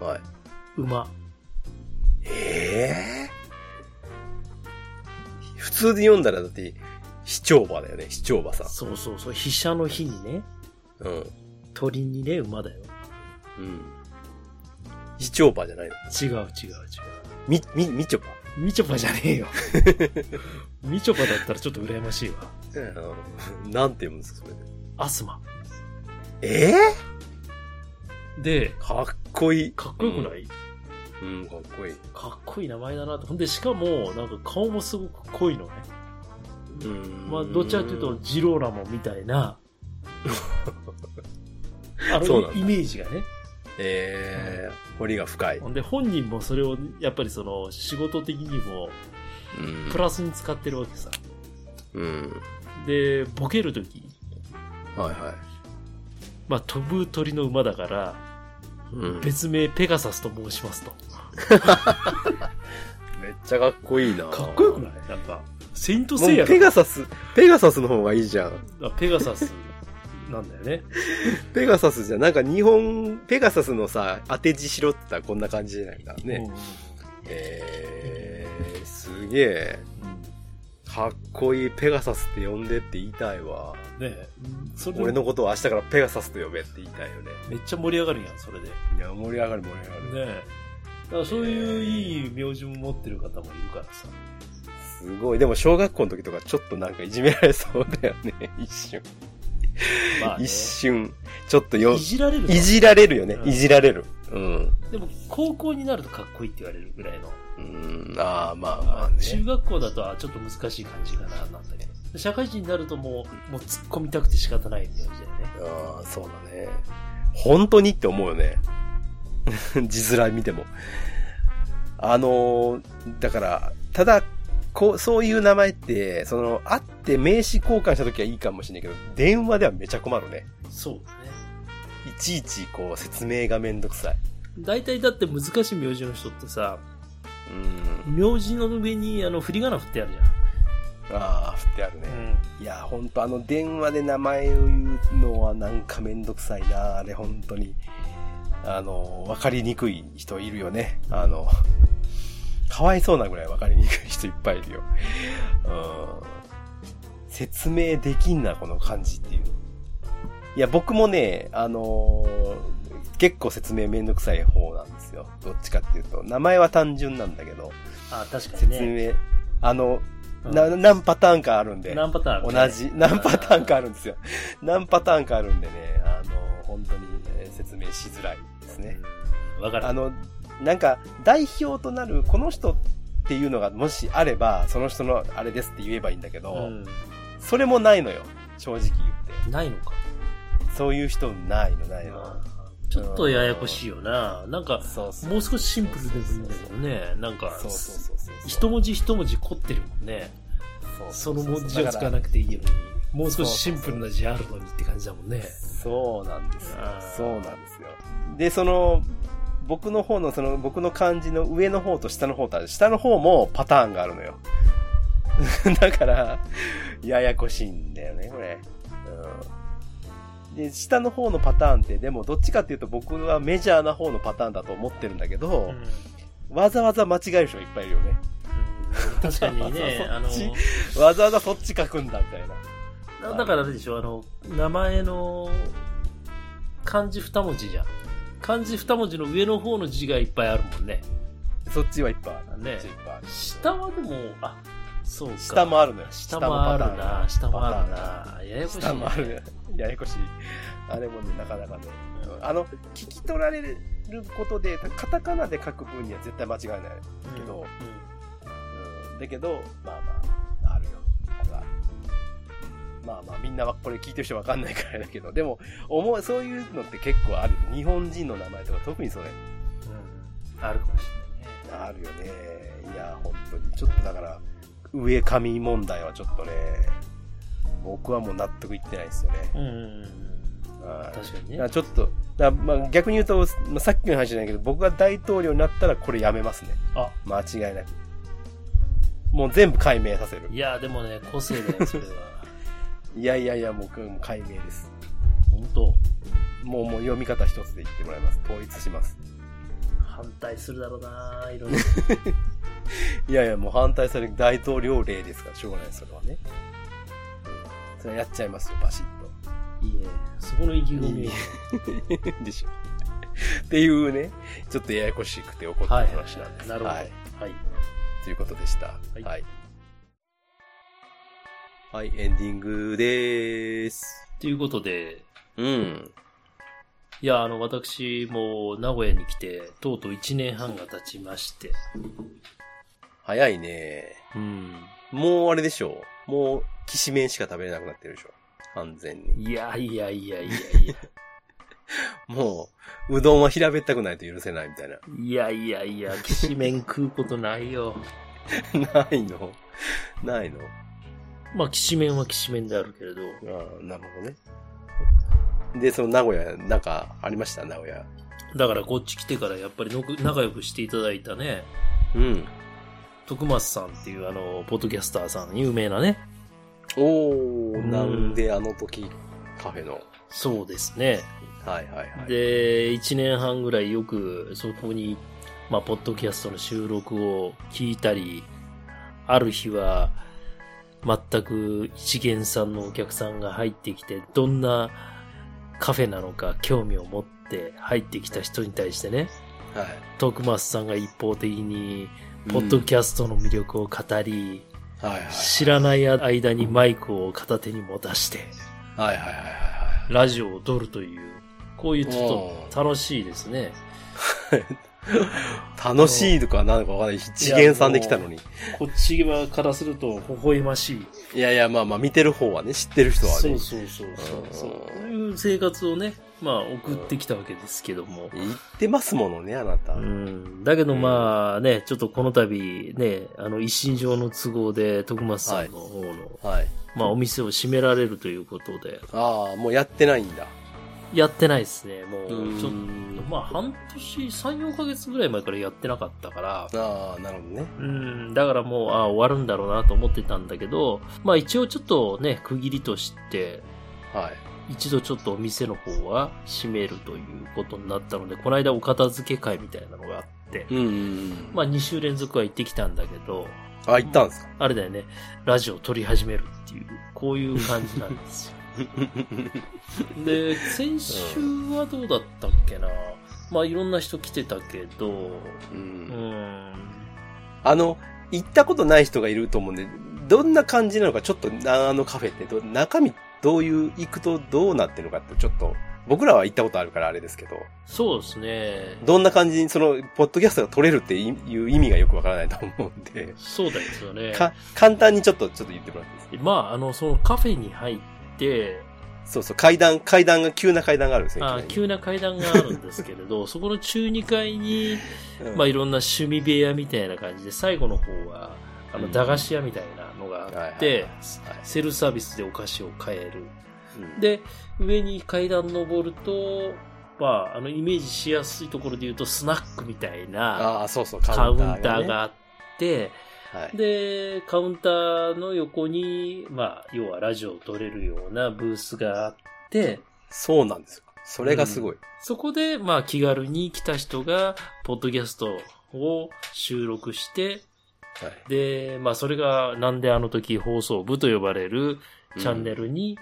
はい。馬。ええ普通で読んだらだって、市長馬だよね、市長馬さん。そうそうそう、飛車の日にね、うん。鳥にね、馬だよ。うん。市長馬じゃないの。違う違う違う。み、み、みちょぱ。みちょぱじゃねえよ。 みちょぱだったらちょっと羨ましいわ。うん。なんて読むんですか、それで。アスマ。ええで、かっこいい。かっこよくない、うん、かっこいい。かっこいい名前だなと。ほんで、しかも、なんか顔もすごく濃いのね。うんまあ、どちらかというと、ジローラモみたいな、あそうのなんだイメージがね。ええ彫りが深い。ほんで、本人もそれを、やっぱりその、仕事的にも、うんプラスに使ってるわけさ。うん。で、ボケるとき、はいはい。まあ、飛ぶ鳥の馬だから、うん、めっ別名ペガサスと申しますと。ちゃかっこいいなかっこよくないなんか、セイントセイもヤうペがガサス、ペガサスの方がいいじゃん。あペガサスなんだよね。ペガサスじゃ、なんか日本、ペガサスのさ、当て字しろって言ったらこんな感じじゃないんだね。えー、すげえ。うん。うんかっこいいペガサスって呼んでって言いたいわ。ねえそれで俺のことを明日からペガサスと呼べって言いたいよね。めっちゃ盛り上がるやんそれでねいや、盛り上がる盛り上がる。えだからそういういい名字も持ってる方もいるからさすごい。でも小学校の時とかちょっとなんかいじめられそうだよね。 一瞬。まあ、ね、一瞬。ちょっとよい、じられるのいじられるよねう。んいじられる。うん。でも高校になるとかっこいいって言われるぐらいの、うん、ああ、まあまあね。中学校だとはちょっと難しい感じかななんだけど社会人になるともうもう突っ込みたくて仕方ない名字だよねああ、そうだね。本当にって思うよね。 字面見ても。あのーだから、ただ、こう、そういう名前って、その、会って名刺交換した時はいいかもしれないけど、電話ではめちゃ困るね。そうだねいちいち、こう、説明がめんどくさい。大体だって難しい名字の人ってさうん。名字の上にあの振り仮名振ってあるじゃんああ、振ってあるね。うん。いや、ほんと、あの、電話で名前を言うのはなんかめんどくさいな。あれ、ほんとに。あの、わかりにくい人いるよね。あの、かわいそうなぐらいわかりにくい人いっぱいいるよ。うん。説明できんな、この感じっていう。いや、僕もね、あの結構説明めんどくさい方なんですよ。どっちかっていうと。名前は単純なんだけど、あ、確かに説明、ね。あの、うんな何パターンかあるんで。何パターンあるね同じ、何パターンかあるんですよ。何パターンかあるんでね、あの、本当にえー説明しづらいですね。わかる。あの、なんか、代表となるこの人っていうのがもしあれば、その人のあれですって言えばいいんだけど、うそれもないのよ。正直言って。ん。ないのか。そういう人ないの、ないの。ちょっとややこしいよな。なんか、そうそう。もう少しシンプルでもいいんだけどね。なんか、そうそうそうそう。一文字一文字凝ってるもんね。その文字を使わなくていいように。もう少しシンプルな字あるのにって感じだもんね。そうなんですよあー。そうなんですよ。で、その、僕の方の、その、僕の漢字の上の方と下の方とある、下の方もパターンがあるのよ。 だから、ややこしいんだよね、これ。うん。で、下の方のパターンって、でもどっちかっていうと僕はメジャーな方のパターンだと思ってるんだけど、わざわざ間違える人いっぱいいるよね。確かに そね、あっちの、わざわざそっち書くんだ、みたいな。だだからあれでしょ、あの、名前の漢字二文字じゃん。漢字二文字の上の方の字がいっぱいあるもんね。そっちはいっぱいある。ねそっちいっぱいある下はでも、あ、そうか。下もあるのよ。下もあるな、下下のもパタあーンるな。ややこしい、ね。下もある。ややこしい。あれもね、なかなかね。うんあの、聞き取られることで、カタカナで書く分には絶対間違いない。けどうん、だけど、まあまあ、あるよ。あるあるまあまあ、みんなはこれ聞いてる人わかんないからだけど、でも、思う、そういうのって結構ある。日本人の名前とか特にそれ、うん、うんあるかもしれないね。あるよね。いや、本当に。ちょっとだから、上紙問題はちょっとね、僕はもう納得いってないですよね。うん。はい確かにだかねら。ちょっと、だからまあ逆に言うと、まあさっきの話じゃないけど、僕が大統領になったらこれやめますね。あ、間違いなく。もう全部解明させるい。や、でもね、個性だよ、それは。いやいやいや、もうこれもう解明です。本当もうもう読み方一つで言ってもらいます。統一します。反対するだろうな、 いろいろ。いやいや、もう反対される大統領令ですから、しょうがない、それはね。うんそれはやっちゃいますよ、バシッいいね。そこの意気込み。と。 でしょ。っていうね、ちょっとややこしくて怒った話なんです。なるほど。ははいい。ということでした。はいはい。はい、エンディングでーす。ということで、うん。いや、あの、私も名古屋に来て、とうとう1年半が経ちまして。早いね。うん。もうあれでしょう。もう、きしめんしか食べれなくなってるでしょ。完全に。いやいやいやいやもう、うどんは平べったくないと許せないみたいな。いや。いやいやいや、きしめん食うことないよ。 ないのないのまあ、きしめんはきしめんであるけれど。ああ、なるほどね。で、その名古屋、なんかありました名古屋。だからこっち来てからやっぱりのく仲良くしていただいたね、うん。徳松さんっていうあの、ポッドキャスターさん、有名なね。おー、なんであの時、カフェの。そうですね。はいはいはい。で、1年半ぐらいよくそこに、まあ、ポッドキャストの収録を聞いたり、ある日は、全く一元さんのお客さんが入ってきて、どんなカフェなのか興味を持って入ってきた人に対してね、はい。徳松さんが一方的に、うんポッドキャストの魅力を語り、はいはい。知らない間にマイクを片手に持たして、はいはいはいはいラジオを撮るという、こういうちょっと楽しいですね。はい。楽しいとかなんかわかんない。一元さんできたのに。こっち側からすると、微笑ましい。いやいや、まあまあ、見てる方はね、知ってる人はそねう。そうそうそううんそう。こういう生活をね、まあ送ってきたわけですけども。言ってますものね、あなた。うん、だけどまあね、ちょっとこの度ね、あの一身上の都合で徳松さんの方の、はい。まあお店を閉められるということで、ああ、もうやってないんだ。やってないですね。もう、うんちょっと、まあ、半年、3、4ヶ月ぐらい前からやってなかったから、ああ、なるほどね。うん、だからもう、ああ、終わるんだろうなと思ってたんだけど、まあ一応ちょっとね、区切りとして、はい。一度ちょっとお店の方は閉めるということになったので、この間お片付け会みたいなのがあって、うんうんまあ2週連続は行ってきたんだけど、うん。あ、行ったんですかあれだよね、ラジオ撮り始めるっていう、こういう感じなん ですよ。で、先週はどうだったっけなまあいろんな人来てたけど、う。うんん、あの、行ったことない人がいると思うんで、どんな感じなのか、ちょっと、あのカフェってど、中身、どういう、行くとどうなってるのかって、ちょっと、僕らは行ったことあるからあれですけど、そうですね。どんな感じに、その、ポッドキャストが撮れるっていう意味がよくわからないと思うんで、そうだよね。か、簡単にちょっと、ちょっと言ってもらっていいですかまあ、あの、そのカフェに入って、そうそう、階段、階段が、急な階段があるんですよ。あきな急な階段があるんですけれど、 そこの中2階に、りうんまあ、いろんな趣味部屋みたいな感じで、最後の方は、あうの、ん駄菓子屋みたいなのがあってはいはいはいはい、セルフサービスでお菓子を買える。うんで、上に階段登ると、まあ、あの、イメージしやすいところで言うと、スナックみたいなああ、そうそう、カウンタねー。があって、はい。で、カウンターの横に、まあ、要はラジオを撮れるようなブースがあって、そうなんですよ。それがすごい。そこで、まあ、気軽に来た人が、ポッドキャストを収録して、はい。で、まあ、それが、なんであの時放送部と呼ばれるチャンネルに、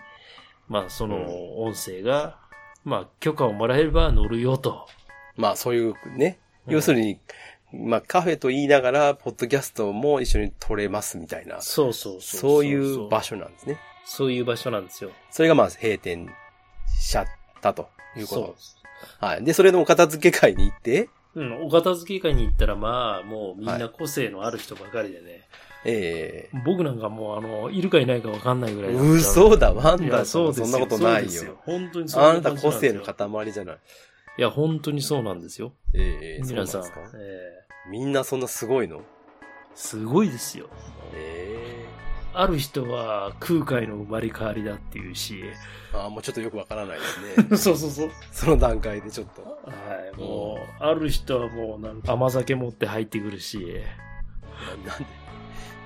まあ、その音声が、まあ、許可をもらえれば乗るよと。まあ、そういうね。うん要するに、まあ、カフェと言いながら、ポッドキャストも一緒に撮れますみたいな、そうそうそう。そういう場所。所なんですね。そういう場所なんですよ。それがまあ、閉店しちゃったというそうこ。と。はい。で、それのお片付け会に行って、うん、お片付け会に行ったら、まあ、もうみんな個性のある人ばかりでね。え僕なんかもう、あの、いるかいないかわかんないぐえらいだったので嘘だ、ワンいダや、ーそうですそよ。んなことなそうでいすよ。本当にそうあいなう感たじな個んです性よの塊じゃない。いや、本当にそうなんですよ。ええそう皆なんでさすん。えかえみんなそんなすごいのすごいですよ。えある人は空海の生まれ変わりだっていう し。。えああ、もうちょっとよくわからないです ねそうそうそう。その段階でちょっと。はい、もう、ある人はもうなんか甘酒持って入ってくるし、なんで、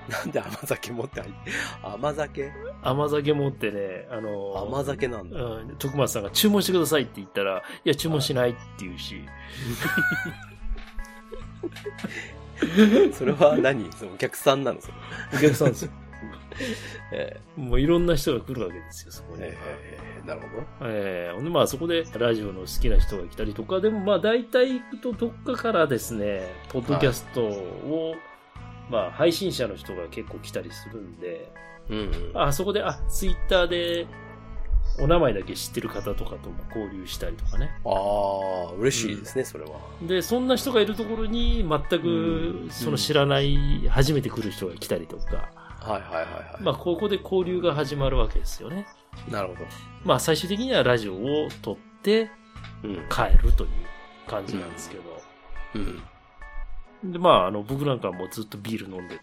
なんで甘酒持って入って、甘酒甘酒持ってね、あの、甘酒なんだ。うん、徳松さんが注文してくださいって言ったら、いや、注文しないって言うし、それは何そのお客さんなのそれお客さん ですよ。えもういろんな人が来るわけですよ、そこに。えなるほど。ええほんでまあそこでラジオの好きな人が来たりとか、でもまあ大体行くとどっかからですね、ポッドキャストを、まあ配信者の人が結構来たりするんで、うん、うん。あそこで、あ、ツイッターでお名前だけ知ってる方とかとも交流したりとかね。ああ、嬉しいですね、それは。で、そんな人がいるところに全うくんその知らない、初めて来る人が来たりとか、はいはいはいはい。まあここで交流が始まるわけですよね。なるほど。まあ最終的にはラジオを撮ってうん。帰るという感じなんですけど。うん。で、まあ、あの、僕なんかはもうずっとビール飲んで。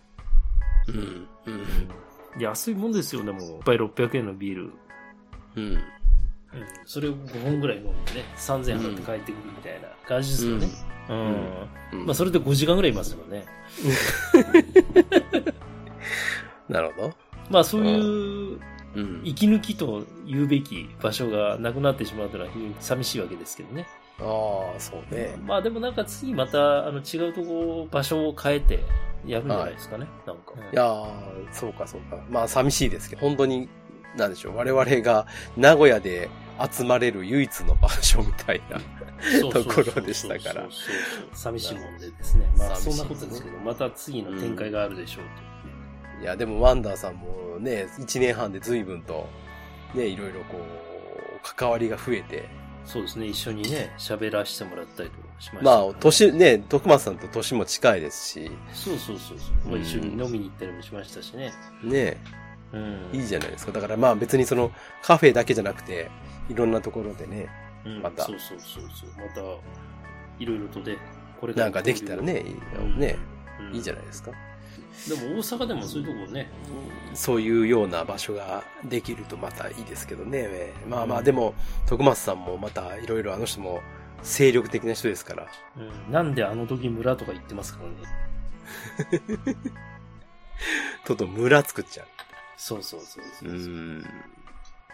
うん。うん。安いもんですよね、もう。いっぱい600円のビール。うん。それを5本ぐらい飲んでね、3000円払って帰ってくるみたいな感じですよね。うん。うんまあ、それで5時間ぐらいいますよね。なるほど。まあ、そういう、うん。息抜きと言うべき場所がなくなってしまうというのは非常に寂しいわけですけどね。ああ、そうね。まあ、でもなんか次また、あの、違うとこ、場所を変えてやるんじゃないですかね。なんか。いやー、そうかそうか。まあ寂しいですけど、本当に、なんでしょう。我々が名古屋で集まれる唯一の場所みたいな。そうそうそうところでしたからそうそうそう寂しいもんでですね。まあ、そ寂しんいですねなことですけど、また次の展開があるでしょういや、でもワンダーさんもね、1年半で随分と、ね、いろいろこう、関わりが増えて、と。そうですね、一緒にね、喋らせてもらったりとかしました。まあ、年、ね、徳松さんと年も近いですし、そうそうそうそう。まうあ、ん一緒に飲みに行ったりもしましたしね。ね、うん。いいじゃないですか。だからまあ別にその、カフェだけじゃなくて、いろんなところでね、うんまたそうそうそうそう。また、いろいろとで、これなんかできたらね、いいよね、うん、いいじゃない。ないですか。でも大阪でもそういうとこね、そういうような場所ができるとまたいいですけどね。まあまあ、でも、徳松さんもまたいろいろあの人も精力的な人ですから。うん、なんであの時村とか言ってますからね。とうとう村作っちゃ。そうそうそうそうう。ん。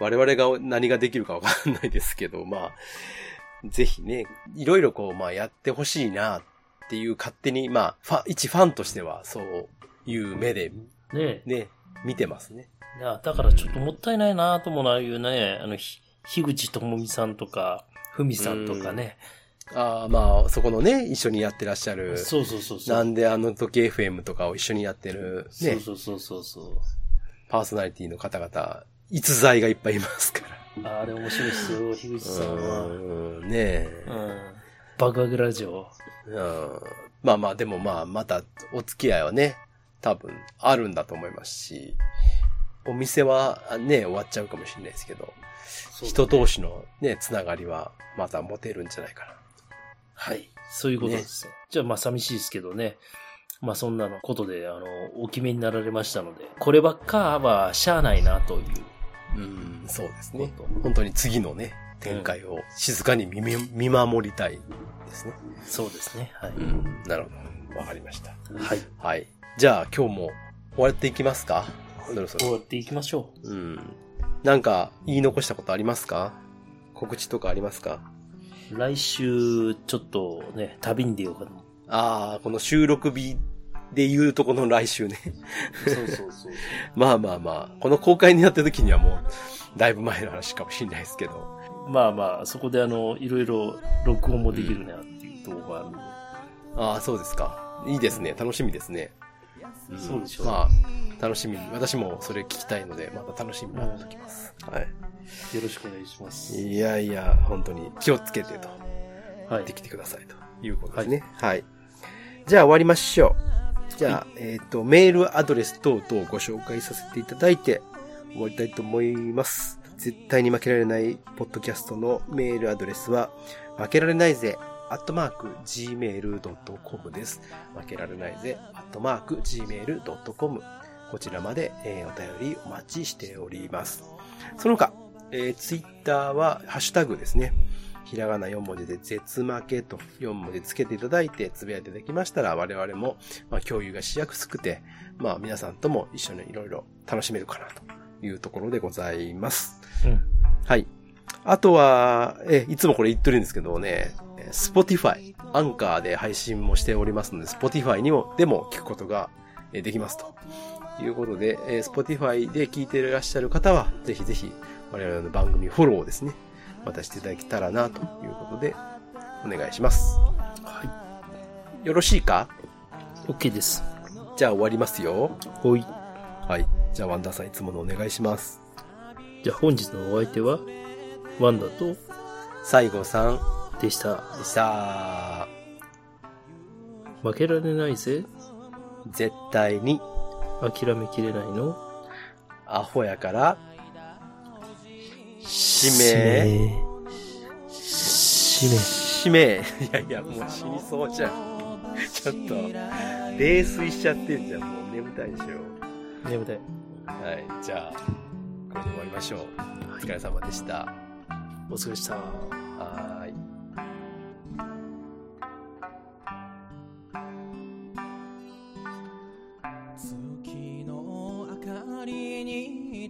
我々が何ができるかわかんないですけど、まあ、ぜひね、いろいろこう、まあやってほしいなっていう勝手に、まあ、ファン、一ファンとしてはそういう目でねえね、見てますね。いや、だからちょっともったいないなともなるよね。あの、ひ、樋口智美さんとか、ふみさんとかね。ああ、まあ、そこのね、一緒にやってらっしゃる。そうそうそうそう。なんであの時 FM とかを一緒にやってる、そねう、そうそうそうそう。パーソナリティの方々、逸材がいっぱいいますから。ああれ面白いっすよ、樋口さんは。うんねえ。うん。爆上げラジオ。うんまあまあ、でもまあ、またお付き合いはね、多分あるんだと思いますし、お店はね、終わっちゃうかもしれないですけど、人同士のね、つながりはまた持てるんじゃないかな。はい。そういうことですね。じゃあ、まあ、寂しいですけどね。まあ、そんなのことで、あの、お決めになられましたので、こればっかは、しゃあないな、という。うん、そうですね本。本当に次のね、展開を静かに見め見守りたいですね。そうですね。はい。うん、なるほど。わかりました。はい。はい。じゃあ今日も終わっていきますかそろそ終ろ。わっていきましょう。うん。なんか言い残したことありますか告知とかありますか来週、ちょっとね、旅に出ようかな。ああ、この収録日で言うとこの来週ね。そうそうそう。 まあまあまあ、この公開になった時にはもう、だいぶ前の話かもしれないですけど。まあまあ、そこであの、いろいろ録音もできるなっていう動画あるんで。ああ、そうですか。いいですね。楽しみですね。んそうでしょうまあ、楽しみに。私もそれ聞きたいので、また楽しみになっておきます。はい。よろしくお願いします。いやいや、本当に気をつけてと。はいって。きてくださいということですね。はい。じゃあ終わりましょう。じゃあ、えっ、と、メールアドレス等々ご紹介させていただいて終わりたいと思います。絶対に負けられないポッドキャストのメールアドレスは、負けられないぜ、アットマーク、gmail.com です。負けられないぜ、アットマーク、gmail.com。こちらまで、えーお便りお待ちしております。その他、えー、ツイッターは、ハッシュタグですね。ひらがな4文字で、絶負けと4文字つけていただいて、つぶやいていただきましたら、我々も、まあ、共有がしやすくて、まあ、皆さんとも一緒にいろいろ楽しめるかな、というところでございます。うんはい。あとは、え、いつもこれ言ってるんですけどね、え Spotify、アンカーで配信もしておりますので、Spotify にも、でも聞くことがえできますと。いうことで、えー Spotify で聞いていらっしゃる方は、ぜひぜひ、我々の番組フォローをですね、またしていただけたらな、ということで、お願いします。はよろしいかい。OK です。じゃあ終わりますよ。ほい。はい。じゃあワンダーさんいつものお願いします。じゃあ本日のお相手は、ワンダと西郷さんでした。でした。負けられないぜ。絶対に、諦めきれないの。アホやから、使命。使命。使命。いやいや、もう死にそうじゃん。ちょっと、泥酔しちゃってんじゃん。もう眠たいでしょ。眠たい。はい、じゃあ、これで終わりましょう。お疲れ様でした。お疲れでした。はーい。月の明かりに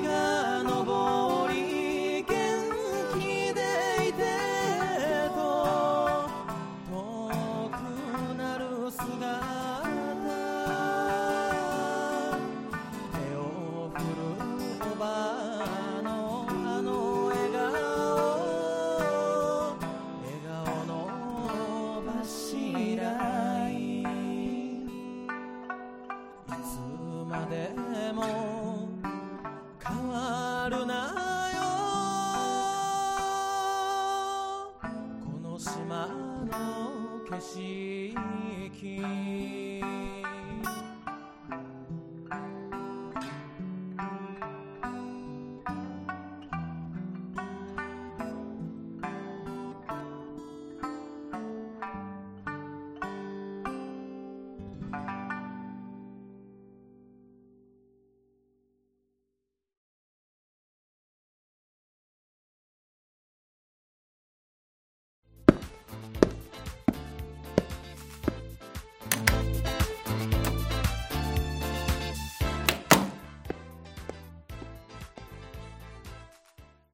が昇り元気でいてと遠くなる姿手を振るおばあのあの笑顔笑景色